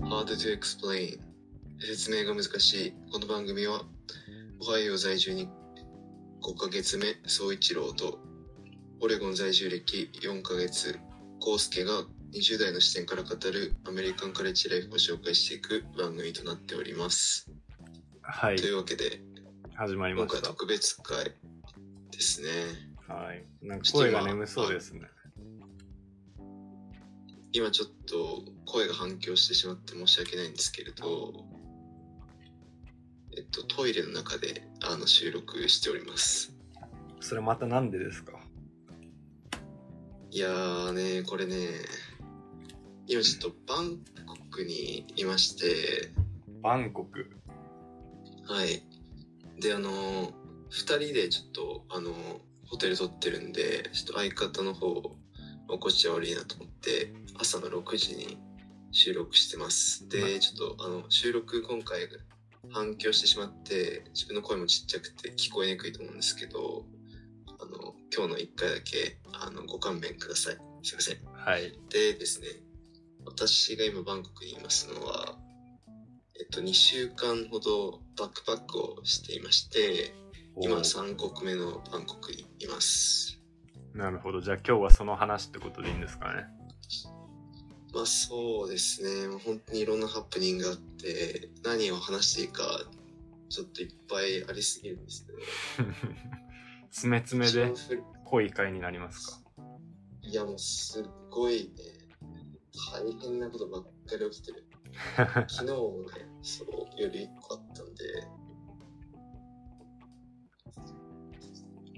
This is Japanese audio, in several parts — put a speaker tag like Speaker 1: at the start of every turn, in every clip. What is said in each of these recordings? Speaker 1: hard to explain 説明が難しいこの番組はオハイオ在住に5ヶ月目総一郎とオレゴン在住歴4ヶ月コウスケが20代の視点から語るアメリカンカレッジライフを紹介していく番組となっております、
Speaker 2: はい
Speaker 1: と、いうわけで
Speaker 2: 始まり
Speaker 1: 今
Speaker 2: ま
Speaker 1: 回
Speaker 2: し
Speaker 1: は特別会ですね
Speaker 2: た。はい。なんか声が眠そうですね。
Speaker 1: 今ちょっと声が反響してしまって申し訳ないんですけれどえっとトイレの中であの収録しております
Speaker 2: それまたなんでですか
Speaker 1: いやーねこれね今ちょっとバンコクにいまして
Speaker 2: バンコク。
Speaker 1: はいであの2人でちょっとあのホテル取ってるんでちょっと相方の方を起こしちゃ悪いなと思って朝の6時に収録してますでちょっとあの収録今回反響してしまって自分の声もちっちゃくて聞こえにくいと思うんですけどあの今日の1回だけあのご勘弁くださいすいません
Speaker 2: はい。
Speaker 1: でですね、私が今バンコクにいますのは、えっと、2週間ほどバックパックをしていまして、今
Speaker 2: おー
Speaker 1: 3国目のバンコクにいます。
Speaker 2: なるほど。じゃあ今日はその話ってことでいいんですかね。
Speaker 1: まあそうですね、もう本当にいろんなハプニングがあって、何を話していいか、ちょっといっぱいありすぎるんですけど、
Speaker 2: 詰め詰めで
Speaker 1: 一番
Speaker 2: 濃い回になりますか。
Speaker 1: 古いいやもうすっごいね、大変なことばっかり起きてる。昨日もね、そう、より1個あったんで、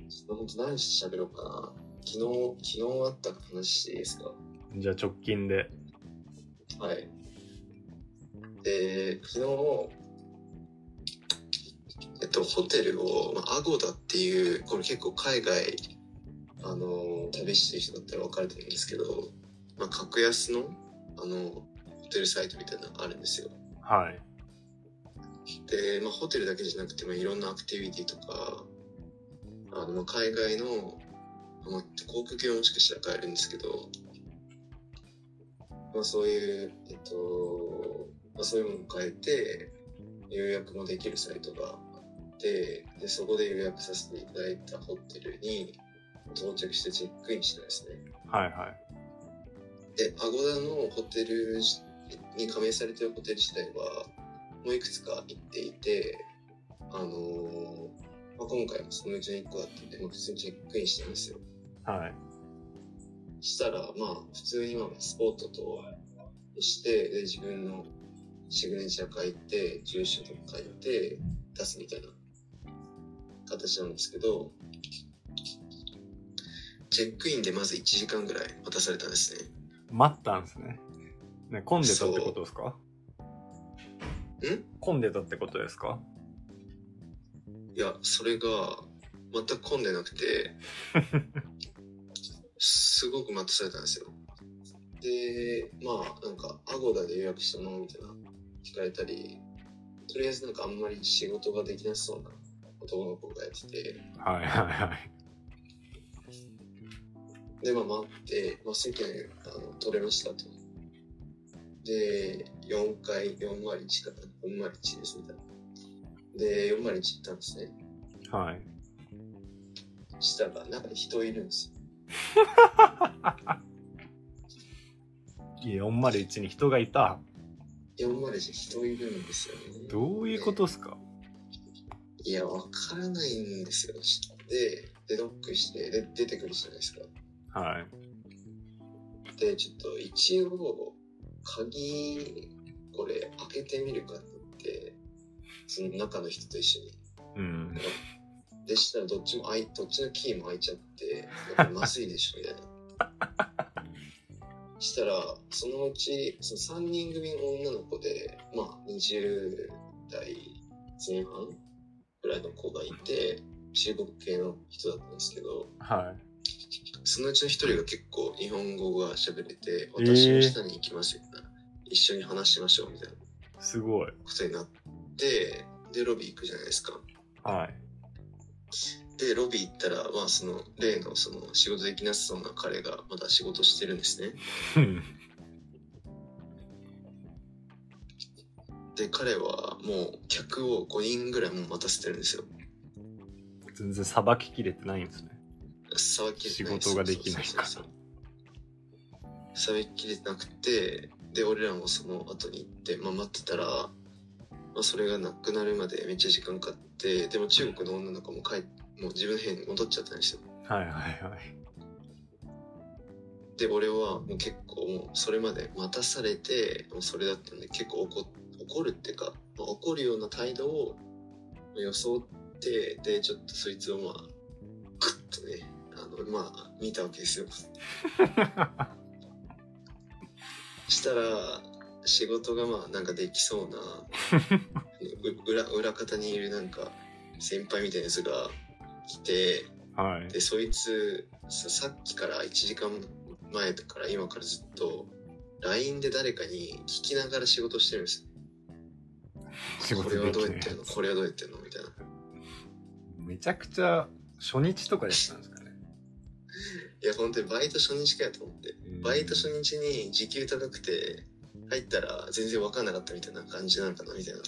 Speaker 1: ちょっと本当何しゃべろうかな。昨日、昨日あった話していいですか
Speaker 2: じゃあ直近で。
Speaker 1: はい。で、昨日、えっと、ホテルを、まあ、アゴダっていう、これ結構海外、あの、旅してる人だったら分かると思うんですけど、まあ、格安の、あの、ホテルサイトみたいなのがあるんですよ。
Speaker 2: はい。
Speaker 1: で、まあ、ホテルだけじゃなくて、まあ、いろんなアクティビティとかあのまあ海外の、まあ、航空券をもしかしたら買えるんですけど、まあ、そういう、えっとまあ、そういうものを買えて予約もできるサイトがあってでそこで予約させていただいたホテルに到着してチェックインしたんですね。
Speaker 2: はいはい。
Speaker 1: で、アゴダのホテルに加盟されてるホテル自体は、もういくつか行っていて、あのーまあ、今回もそのうちの1個だったんで、まあ、普通にチェックインしたんですよ。
Speaker 2: はい。
Speaker 1: したら、まあ、普通にまあスポットとして、で、自分のシグネチャー書いて、住所とか書いて、出すみたいな形なんですけど、チェックインでまず1時間ぐらい渡されたんですね。
Speaker 2: 待ったんですね。ね混んでたってことですか
Speaker 1: ん
Speaker 2: 混んでたってことですか
Speaker 1: いや、それが全く混んでなくて、すごく待たされたんですよ。で、まあ、なんか、アゴダで予約したのみたいな、聞かれたり、とりあえずなんかあんまり仕事ができなそうな男の子がやってて、
Speaker 2: はいはいはい。
Speaker 1: で、まあ待って、まあ席ねあの取れましたと。で、4回、401かな、401ですみたいな。で、401行ったんですね。
Speaker 2: はい。
Speaker 1: したら、なんか人いるんですよ
Speaker 2: いや、401に人がいた。
Speaker 1: 401人いるんですよね。
Speaker 2: どういうことっすか
Speaker 1: いや、わからないんですよ。で、で、ロックして、で、出てくるじゃないですか。
Speaker 2: はい。
Speaker 1: で、ちょっと一応、鍵、これ、開けてみるかって言って、その中の人と一緒に。
Speaker 2: うん。
Speaker 1: でしたら、どっちも開い、どっちのキーも開いちゃって、なんかまずいでしょ、みたいな。したら、そのうち、その3人組の女の子で、まあ、20代前半ぐらいの子がいて、中国系の人だったんですけど、
Speaker 2: は
Speaker 1: そのうちの一人が結構日本語が喋れて、
Speaker 2: えー。
Speaker 1: 私も下に行きますよ、みたいな。一緒に話しましょう、みたいない
Speaker 2: すごい。
Speaker 1: ことになって、で、ロビー行くじゃないですか。
Speaker 2: はい。
Speaker 1: でロビー行ったら、まあ、その例のその仕事できなさそうな彼がまだ仕事してるんですね
Speaker 2: うん
Speaker 1: で彼はもう客を5人ぐらいもう待たせてるんですよ
Speaker 2: 全然さばききれてないんですね。
Speaker 1: さばきれてない
Speaker 2: 仕事ができないから
Speaker 1: そうそうそうさばききれてなくてで俺らもその後に行って、まあ、待ってたら、まあ、それがなくなるまでめっちゃ時間かかってでも中国の女の子も帰っもう自分の部屋に戻っちゃったんですよ
Speaker 2: はいはいはい。
Speaker 1: で俺はもう結構もうそれまで待たされてもうそれだったんで結構怒怒るっていうか、まあ怒るような態度を装ってでちょっとそいつをまあクッとねあのまあ見たわけですよしたら仕事がまあなんかできそうなう裏裏方にいるなんか先輩みたいなやつが来て
Speaker 2: はい。
Speaker 1: でそいつささっきから1時間前とから今からずっと LINE で誰かに聞きながら仕事してるんです
Speaker 2: 仕
Speaker 1: よ。これ
Speaker 2: 事
Speaker 1: は
Speaker 2: で
Speaker 1: どう
Speaker 2: き
Speaker 1: や
Speaker 2: な
Speaker 1: って。んの
Speaker 2: い
Speaker 1: これはどうやってんのみたいな。
Speaker 2: めちゃくちゃ初日とかやったんですかね。
Speaker 1: いや本当にバイト初日かやと思って。バイト初日に時給高くて入ったら全然分かんなかったみたいな感じなのかなみたいな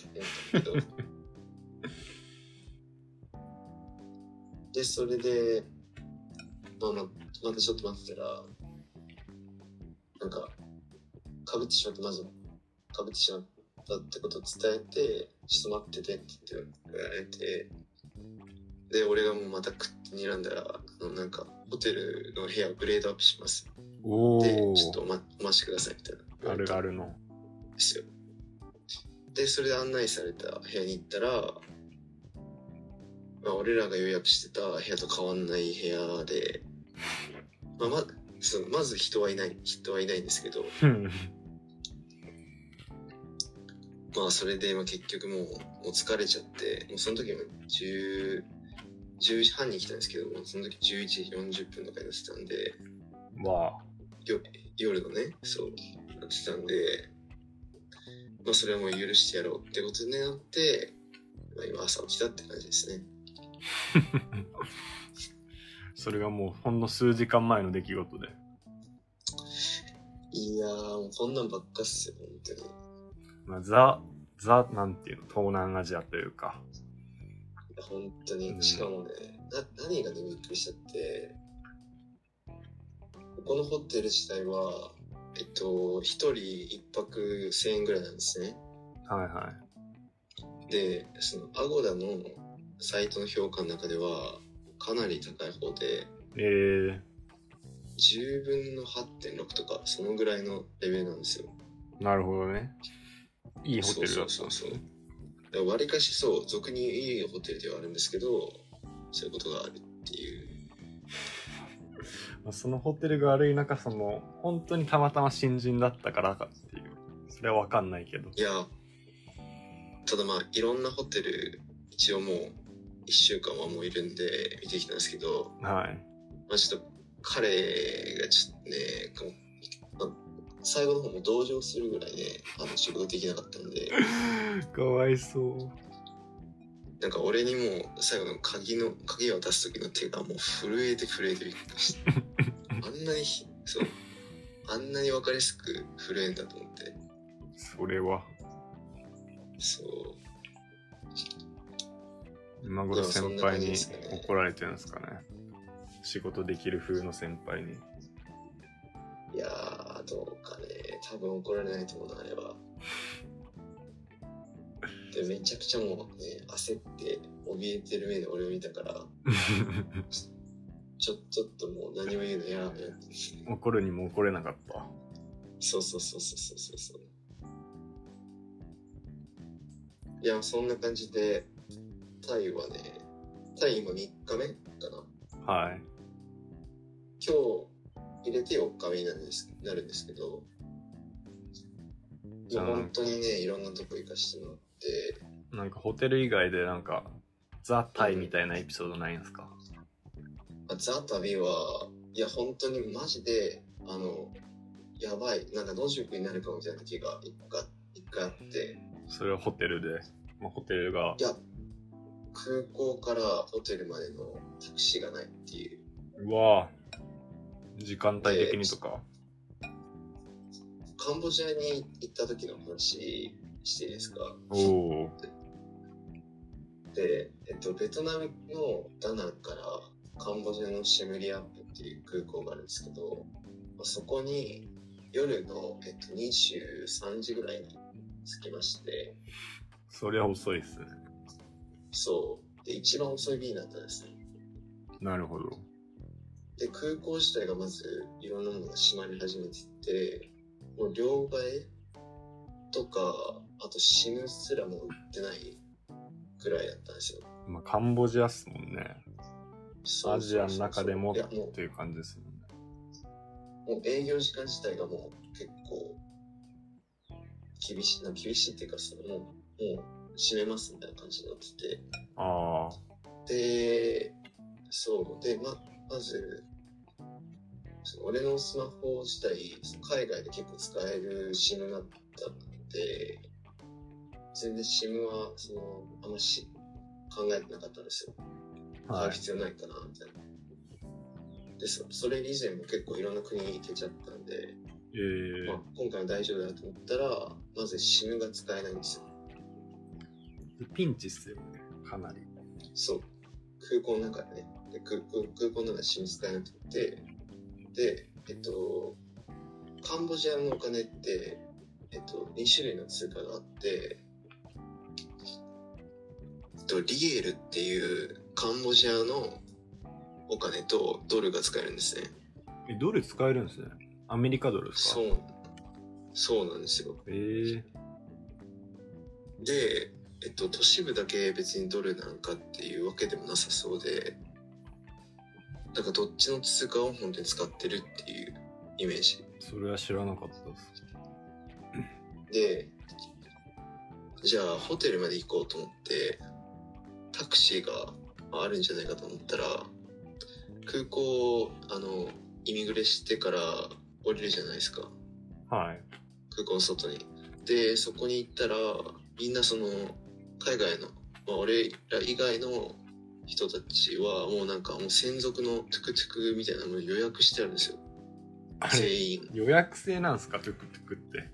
Speaker 1: 思ったんだけど。でそれで、まあ、ままたちょっと待ってたらなんかかぶってしまってまずかぶってしまったってことを伝えてちょっと待っててって言って言われて。で、俺がもうまた食って睨んだら、あのなんか、ホテルの部屋をグレードアップします
Speaker 2: お
Speaker 1: で
Speaker 2: お。
Speaker 1: ちょっとお,、ま、お待ちくださいみたいな言わ
Speaker 2: あ
Speaker 1: れ
Speaker 2: る
Speaker 1: た
Speaker 2: あ
Speaker 1: ん
Speaker 2: るの。
Speaker 1: ですよでそれで案内された部屋に行ったら、まあ、俺らが予約してた部屋と変わんない部屋で、まあ、まそのまず人はいない人はいないんですけど、
Speaker 2: うん
Speaker 1: まあ、それでまあ結局もうもう疲れちゃってもうその時も10 10時半に来たんですけどもその時11時40分とかになってたんで、
Speaker 2: わ
Speaker 1: よ夜のねそうなってたんで、まあ、それはもう許してやろうってことになって、まあ、今朝起きたって感じですね
Speaker 2: あ。それがもうほんの数時間前の出来事で。
Speaker 1: いやーもうこんなんばっかっすよ本当に
Speaker 2: まあ、ザ、ザ、なんていうの、東南アジアというか。
Speaker 1: いや本当
Speaker 2: う
Speaker 1: に
Speaker 2: ん
Speaker 1: しかもね、な何がねびっくりしちゃってここのホテル自体はえっと1人1泊1000円ぐらいなんですね
Speaker 2: はいは
Speaker 1: でそのアゴダのサイトの評価の中ではかなり高い方で
Speaker 2: い。え
Speaker 1: 10分の8.6とかそのぐらいのレベルなんですよ。
Speaker 2: ー、なるほどね。いいホテルだった。
Speaker 1: そうそうそうそう。わりかしそう、俗にいいホテルではあるんですけど、そういうことがあるっていう。
Speaker 2: まあそのホテルが悪い中、その、本当にたまたま新人だったからかっていう。それはわかんないけど。
Speaker 1: いや、ただまあ、いろんなホテル、一応もう1週間はもういるんで見てきたんですけど、
Speaker 2: はい。
Speaker 1: まあちょっと彼がちょっとね、こうまあ最後の方も同情するぐらいね、あの仕事できなかったんで。
Speaker 2: かわいそ
Speaker 1: なんか俺にもう最後の鍵の鍵を出す時の手がもう震えて震えてびっくりしたあんなにひそうあんなに分かりやすく震えんだと思って
Speaker 2: う。それは。
Speaker 1: そう
Speaker 2: 今頃先輩に
Speaker 1: そんな感じですね
Speaker 2: 怒られてるんですかね。仕事できる風の先輩 に。
Speaker 1: いやーどうかね多分怒られないと思うなあれはでめちゃくちゃもうね焦って怯えてる目で俺を見たからちょちょっともう何も言うの嫌なんだよ
Speaker 2: 怒るにも怒れなかった。
Speaker 1: そうそうそうそうそうそうそう。いや、そんな感じで、タイはね、タイ今3日目かな。
Speaker 2: はい。
Speaker 1: 今日入れて4日目になるんですなるんですけど、い
Speaker 2: じ
Speaker 1: や
Speaker 2: ゃあなんか
Speaker 1: 本当にね、いろんなとこ行かしてもらって、
Speaker 2: なんかホテル以外でなんか、ザ・タイみたいなエピソードないんですか
Speaker 1: あザ・旅は、いや、本当にマジで、あの、やばい、なんか野宿になるかもみたいな時が一回一回あって、
Speaker 2: それはホテルで。まあ、ホテルが
Speaker 1: い、や、空港からホテルまでのタクシーがないっていう。
Speaker 2: うわぁ、時間帯的にとか。
Speaker 1: カンボジアに行った時の話していいですか
Speaker 2: おお
Speaker 1: で、えっと、ベトナムのダナンからカンボジアのシェムリアップっていう空港があるんですけど、まあそこに夜の、えっと、23時ぐらいに着きまして、
Speaker 2: そりゃ遅いっすね
Speaker 1: そう。で、一番遅い便だったんですね。
Speaker 2: なるほど
Speaker 1: で、空港自体がまずいろんなものが閉まり始めてて、もう両替とか、あと死ぬすらも売ってないくらいだったんですよ。
Speaker 2: まあカンボジアっすもんね
Speaker 1: そう
Speaker 2: アジアの中でも
Speaker 1: いやもう
Speaker 2: っていう感じですもんね
Speaker 1: もう営業時間自体がもう結構厳しいな厳しいっていうかそのもうもう閉めますみたいな感じになって
Speaker 2: ああ
Speaker 1: てでそうでままずその俺のスマホ自体その海外で結構使える SIM だったので全然 SIM はそのあんまし考えてなかったんですよ買
Speaker 2: は
Speaker 1: う
Speaker 2: い
Speaker 1: 必要ないかなみたいな。でそそれ以前も結構いろんな国に行けちゃったんで、
Speaker 2: えー
Speaker 1: まあ、今回は大丈夫だと思ったらまず SIM が使えないんですよ。
Speaker 2: ピンチっすよねかなり
Speaker 1: そう空港の中でねで空空空港の中で SIM 使えなくてでえっとカンボジアのお金って、えっと、2種類の通貨があって、えっと、リエルっていうカンボジアのお金とドルが使えるんですね。
Speaker 2: えドル使えるんですねアメリカドルですか
Speaker 1: そうそうなんですよ
Speaker 2: えー、
Speaker 1: で、えっと、都市部だけ別にドルなんかっていうわけでもなさそうでだからどっちの通貨を本当に使ってるっていうイメージ
Speaker 2: それは知らなかったです
Speaker 1: でじゃあホテルまで行こうと思ってタクシーがまああるんじゃないかと思ったら空港あのイミグレしてから降りるじゃないですか
Speaker 2: はい
Speaker 1: 空港の外に。で、そこに行ったら、みんなその、海外の、まあ、俺ら以外の人たちは、もうなんか、もう専属のトゥクトゥクみたいなのを予約してあるんですよ。
Speaker 2: あれ
Speaker 1: 全員。
Speaker 2: 予約制なんすかトゥクトゥクって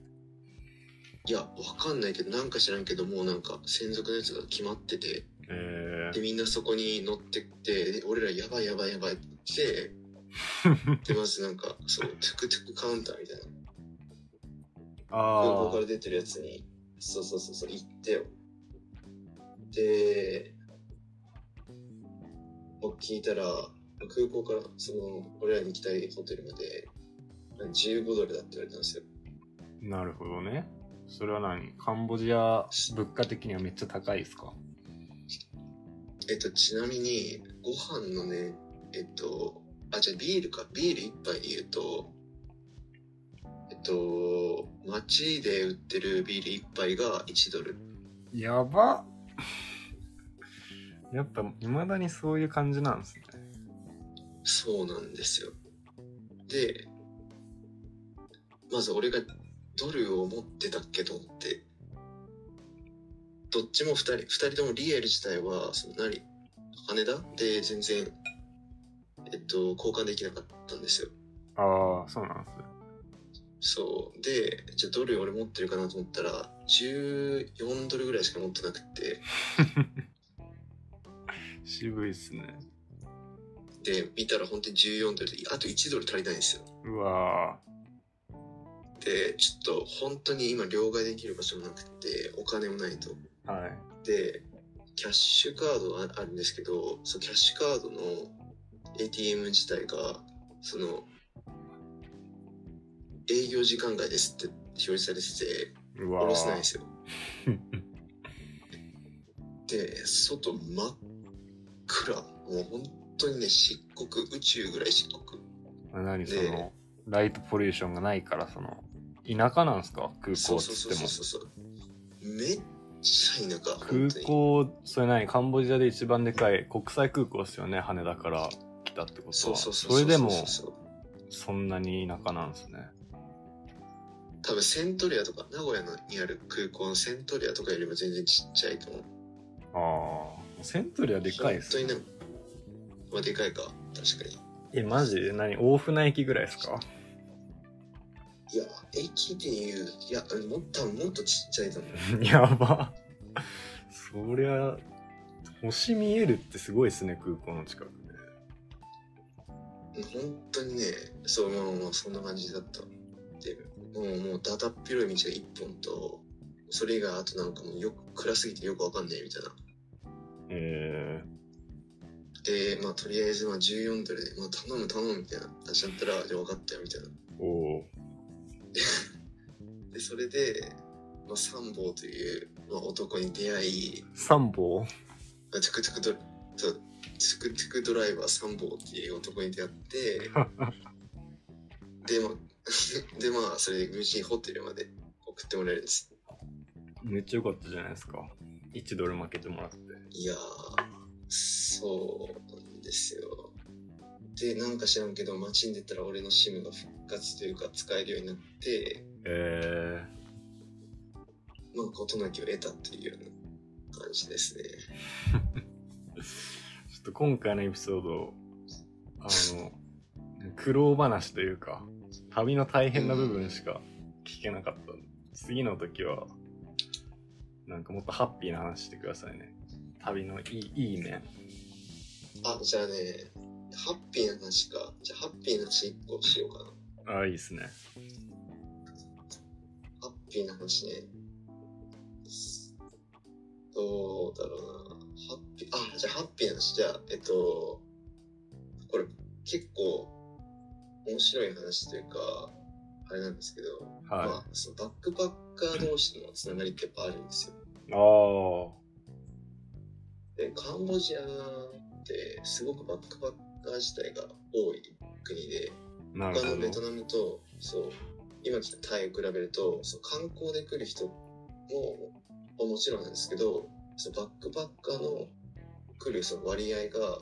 Speaker 1: いや、わかんないけど、なんか知らんけど、もうなんか、専属のやつが決まってて、
Speaker 2: え
Speaker 1: で、みんなそこに乗ってって、で俺らやばいやばいやばいって言って、で、まずなんか、そう、トゥクトゥクカウンターみたいな。
Speaker 2: ー、
Speaker 1: 空
Speaker 2: あ
Speaker 1: 港か
Speaker 2: あ
Speaker 1: ら出てるやつに、そうそうそうそう、行ってよ。で、僕聞いたら、空港から、その、俺らに行きたいホテルまで、15ドルだって言われたんですよ。
Speaker 2: なるほどねそれは何カンボジア物価的にはめっちゃ高いですか
Speaker 1: えっと、ちなみに、ご飯のね、えっと、あ、じゃあビールか、ビール一杯で言うと、えっと、街で売ってるビール一杯が1ドル。
Speaker 2: やば やっぱ未だにそういう感じなんですね
Speaker 1: そうなんですよ。で、まず俺がドルを持ってたっけと思って、どっちも2人、二人ともリエル自体は、その何、羽田で全然、えっと、交換できなかったんですよ。
Speaker 2: ああそうなんですね
Speaker 1: そう。で、じゃあドル俺持ってるかなと思ったら、14ドルぐらいしか持ってなくて、
Speaker 2: 渋いっすね
Speaker 1: で、見たら本当に14ドルで、あと1ドル足りないんですよ。
Speaker 2: うわ
Speaker 1: で、ちょっと本当に今両替できる場所もなくて、お金もないと。
Speaker 2: ーはい
Speaker 1: でキャッシュカードがああるんですけどそのキャッシュカードの ATM 自体がその営業時間外ですって表示されてて
Speaker 2: うわ
Speaker 1: 下ろせないんで
Speaker 2: ー
Speaker 1: すよで外真っ暗もう本当にね漆黒宇宙ぐらい漆黒
Speaker 2: まあ何そ
Speaker 1: で
Speaker 2: のライトポリューションがないからその田舎なんですか空
Speaker 1: そ
Speaker 2: 港
Speaker 1: うそう
Speaker 2: っつ
Speaker 1: そう
Speaker 2: って
Speaker 1: そ
Speaker 2: も
Speaker 1: うそうめっちゃ田舎本
Speaker 2: 空
Speaker 1: 当に
Speaker 2: 港それ何カンボジアで一番でかい国際空港ですよね羽田から来たってことは
Speaker 1: そうそうそう
Speaker 2: れでも
Speaker 1: そうそうそう
Speaker 2: そんなに田舎なんですね
Speaker 1: 多分セントリアとか名古屋のにある空港のセントリアとかよりも全然ちっちゃいと思う
Speaker 2: ああセントリアでかいっす
Speaker 1: 本当に
Speaker 2: ね
Speaker 1: ねまあでかいか確かに
Speaker 2: えマジで何大船駅ぐらいですか
Speaker 1: いや、駅で言う、いや、もっと、もっとちっちゃいと思う。
Speaker 2: やば。そりゃ、星見えるってすごいですね、空港の近くで。
Speaker 1: 本当にね、そう、まあまあ、そんな感じだった。で、もう、もう、だだっ広い道が一本と、それ以外、あとなんかもう、よく、暗すぎてよくわかんないみたいな。
Speaker 2: え
Speaker 1: で、まあ、とりあえず、まあ、14ドルで、まあ、頼む、頼む、みたいな。私だったら、じゃあ分かったよ、みたいな。
Speaker 2: ー、おー
Speaker 1: で、それで、まあ、三坊という、まあ、男に出会い、
Speaker 2: 三本
Speaker 1: まあトゥクトゥクドラとトゥクトゥクドライバー三坊っていう男に出会って、で、まあ、 で、まあ、それで無事にホテルまで送ってもらえるんです。
Speaker 2: めっちゃ良かったじゃないですか。1ドル負けてもらって。
Speaker 1: いやー、そうなんですよ。で、なんか知らんけど、街に出たら俺の SIM が復活というか使えるようになって、
Speaker 2: え
Speaker 1: まあ、事なきを得たというような感じですね。
Speaker 2: ー、ちょっと今回のエピソード、あの、苦労話というか、旅の大変な部分しか聞けなかった。次の時は、なんかもっとハッピーな話してくださいね。旅のいいいい面。
Speaker 1: あ、じゃあね、ハッピーな話か。じゃあ、ハッピーな話1個しようかな。
Speaker 2: ああ、いいですね。
Speaker 1: ハッピーな話ね。どうだろうな。ハッピー、あ、じゃあハッピーな話。じゃあ、えっと、これ結構面白い話というか、あれなんですけど、ま
Speaker 2: は
Speaker 1: あ、そのバックパッカー同士のつながりってやっぱあるんですよ。
Speaker 2: い。ああ。
Speaker 1: で、カンボジアってすごくバックパッカー自体が多い国で、
Speaker 2: なる
Speaker 1: 他
Speaker 2: ほ
Speaker 1: のベト
Speaker 2: ど。
Speaker 1: ナムとそう今来たタイを比べるとそう観光で来る人もももちろんなんですけどそうバックパッカーの来るその割合が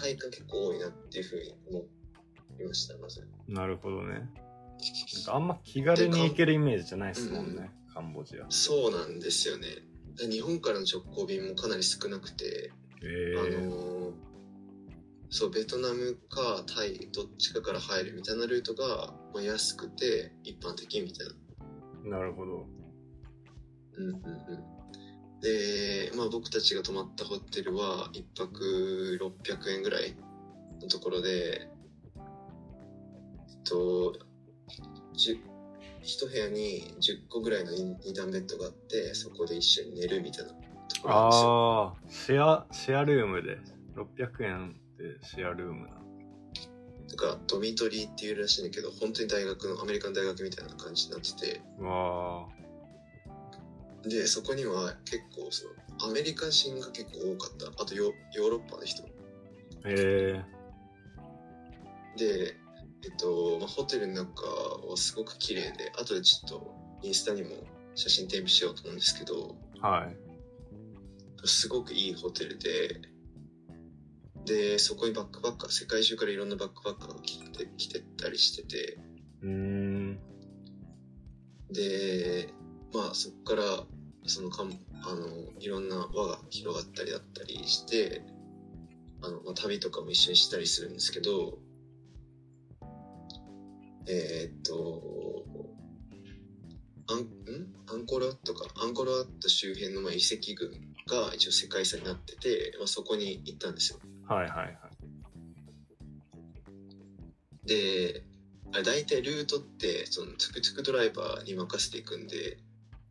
Speaker 1: タイが結構多いなっていうふうに思いましたまず
Speaker 2: なるほどね。なんかあんま気軽に行けるイメージじゃないですもん
Speaker 1: うん
Speaker 2: ね、カンボジア。
Speaker 1: そうなんですよねで日本からの直行便もかなり少なくて、
Speaker 2: え
Speaker 1: あのーそうベトナムかタイどっちかから入るみたいなルートが、まあ、安くて一般的みたいな
Speaker 2: ー、なるほど。
Speaker 1: うんうんうん、で、まあ、僕たちが泊まったホテルは1泊600円ぐらいのところで、えっと、じゅ一部屋に10個ぐらいの2段ベッドがあってそこで一緒に寝るみたいなところなんですよ。
Speaker 2: ああ、シェア、シェアルームで、600円でシェアルームな。
Speaker 1: だからドミトリーっていうらしいんだけど本当に大学のアメリカの大学みたいな感じになってて
Speaker 2: うわあ、
Speaker 1: でそこには結構そのアメリカ人が結構多かったあとヨヨーロッパの人
Speaker 2: え
Speaker 1: で、えっとまあ、ホテルの中はすごく綺麗で後でちょっとインスタにも写真添付しようと思うんですけど
Speaker 2: えー、はい。
Speaker 1: すごくいいホテルででそこにバックパッカー世界中からいろんなバックパッカーが来て来てたりしてて
Speaker 2: うーん、
Speaker 1: でまあそこからそのかんあのいろんな輪が広がったりだったりしてあの、まあ、旅とかも一緒にしたりするんですけどえーっとアンんアンコールワットかアンコールワット周辺のまあ遺跡群が一応世界遺産になってて、まあ、そこに行ったんですよ
Speaker 2: はいはいはい。
Speaker 1: で、あれ大体ルートって、そのトゥクトゥクドライバーに任せていくんで、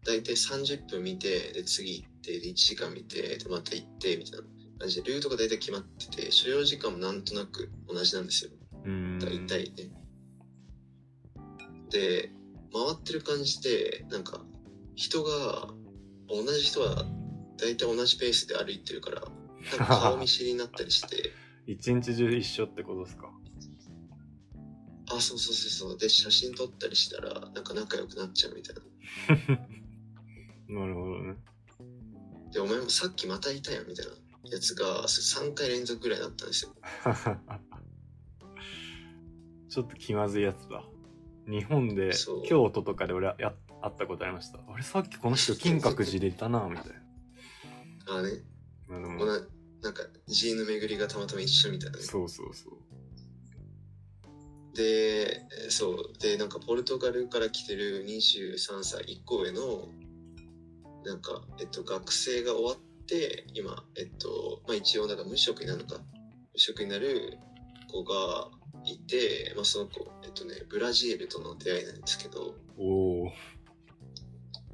Speaker 1: 大体30分見て、で、次行って、で、1時間見て、で、また行って、みたいな感じで、ルートが大体決まってて、所要時間もなんとなく同じなんですよ。
Speaker 2: うーん。
Speaker 1: 大体ね。で、回ってる感じで、なんか、人が、同じ人は大体同じペースで歩いてるから、なんか顔見知りになったりして、
Speaker 2: 一日中一緒ってことですか。
Speaker 1: あ、そうそうそうそう。で、写真撮ったりしたら、なんか仲良くなっちゃうみたいな。
Speaker 2: なるほどね。
Speaker 1: で、お前もさっきまたいたよみたいなやつが、そ3回連続ぐらいだったんですよ。
Speaker 2: ちょっと気まずいやつだ。日本で
Speaker 1: そう
Speaker 2: 京都とかで俺はや会ったことありました。あれさっきこの人金閣寺でいたなみたい
Speaker 1: あね、
Speaker 2: な。まあで
Speaker 1: もう
Speaker 2: も
Speaker 1: ななんか、G の巡りがたまたま一緒みたいなね。
Speaker 2: そうそうそう。
Speaker 1: でそうでなんかポルトガルから来てる23歳1個上のなんか、えっと、学生が終わって今、えっとまあ、一応なんか無職になるのか無職になる子がいて、まあ、その子、えっとね、ブラジルとの出会いなんですけど
Speaker 2: おお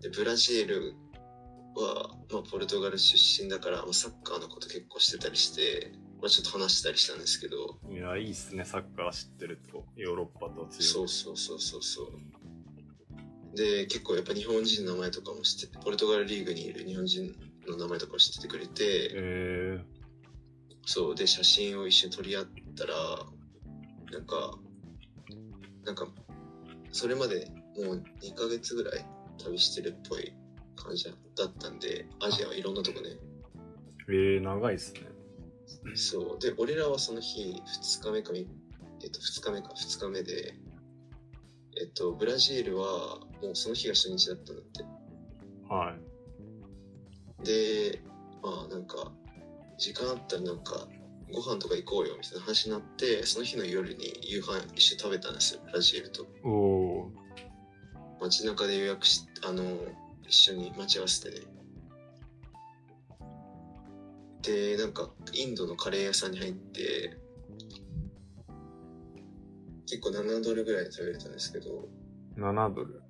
Speaker 1: でブラジルは、まあ、ポルトガル出身だから、まあ、サッカーのこと結構してたりして、まあ、ちょっと話したりしたんですけど。
Speaker 2: いやいいっすねサッカー知ってるとヨーロッパと強い
Speaker 1: そうそうそうそうそうで結構やっぱ日本人の名前とかも知っててポルトガルリーグにいる日本人の名前とかを知っててくれて
Speaker 2: え
Speaker 1: そうで写真を一緒に撮り合ったらなんかなんかそれまでもう2ヶ月ぐらい旅してるっぽい感じだったんでアジアはいろんなとこね
Speaker 2: ー、えー、長いっすね
Speaker 1: そうで俺らはその日2日目かみ、えっと、2日目か2日目でえっとブラジルはもうその日が初日だったんだって
Speaker 2: はい
Speaker 1: でまあなんか時間あったらなんかご飯とか行こうよみたいな話になってその日の夜に夕飯一緒に食べたんですよブラジルと
Speaker 2: おお
Speaker 1: 街中で予約しあの一緒に待ち合わせてねでなんかインドのカレー屋さんに入って結構7ドルぐらいで食べれたんですけど
Speaker 2: 7ドル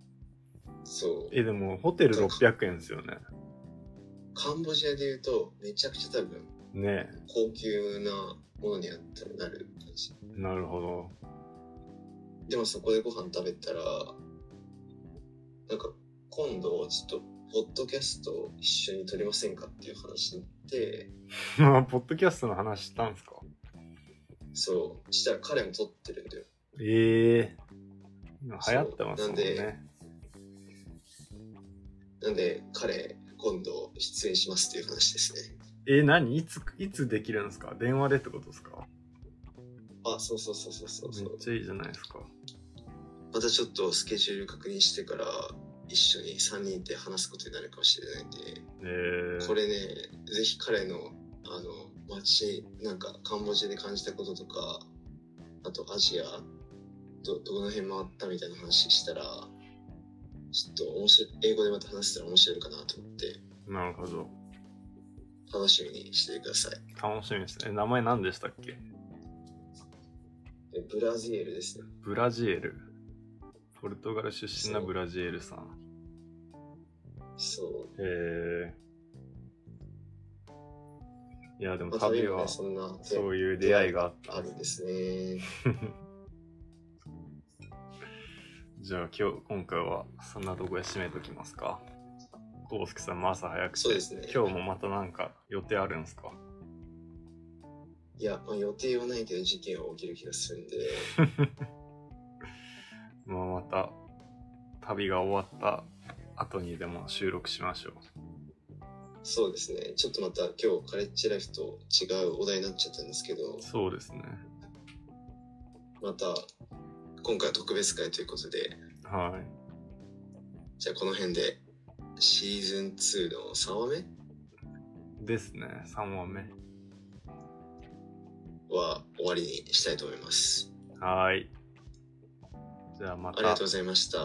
Speaker 1: そう
Speaker 2: えでもホテル600円ですよね
Speaker 1: カンボジアで言うとめちゃくちゃ多分
Speaker 2: ね
Speaker 1: 高級なものになったなる感じ
Speaker 2: えなるほど
Speaker 1: でもそこでご飯食べたら、なんか今度ちょっとポッドキャストを一緒に撮りませんかっていう話になって、
Speaker 2: まあポッドキャストの話したんすか
Speaker 1: そう、したら彼も撮ってるんだよ。
Speaker 2: ええ今流行ってますもん
Speaker 1: そうな
Speaker 2: ね
Speaker 1: なんで彼、今度出演しますっていう話ですね。
Speaker 2: え何いついつできるんですか電話でってことですか
Speaker 1: あ、そうそうそうそうそうそ
Speaker 2: め
Speaker 1: う
Speaker 2: っ。ちゃいいじゃないですか
Speaker 1: またちょっとスケジュール確認してから一緒に3人で話すことになるかもしれないんで、
Speaker 2: ええ
Speaker 1: これね、ぜひ彼のあの街、なんかカンボジアで感じたこととか、あとアジア、どどこの辺回ったみたいな話したら、ちょっと面白い英語でまた話せたら面白いかなと思って、
Speaker 2: なるほど
Speaker 1: 楽しみにしてください。
Speaker 2: 楽しみですねえ名前何でしたっけ
Speaker 1: でブラジルですね。
Speaker 2: ブラジエルポルトガル出身なブラジエルさん
Speaker 1: そ
Speaker 2: へえいやで
Speaker 1: う。
Speaker 2: も
Speaker 1: また
Speaker 2: 旅
Speaker 1: 今
Speaker 2: は
Speaker 1: ね、そんな
Speaker 2: そ
Speaker 1: 出
Speaker 2: ういう出会いがあっ
Speaker 1: あ
Speaker 2: た
Speaker 1: るんですね。
Speaker 2: じゃあ今日今回はそんなとこで締めときますか康介さんも朝早くて
Speaker 1: そうですね。
Speaker 2: 今日もまたなんか予定あるんですか
Speaker 1: いや、まあ、予定はないけど事件は起きる気がするんで、
Speaker 2: まあまた旅が終わった後にでも収録しましょう
Speaker 1: そうですね。ちょっとまた今日カレッジライフと違うお題になっちゃったんですけど、
Speaker 2: そうですね
Speaker 1: また今回は特別会ということで
Speaker 2: は
Speaker 1: じゃあこの辺でシーズン2の3話目
Speaker 2: いですね3話目
Speaker 1: は終わりにしたいと思います
Speaker 2: はいじゃあま
Speaker 1: ありが
Speaker 2: た
Speaker 1: とうございました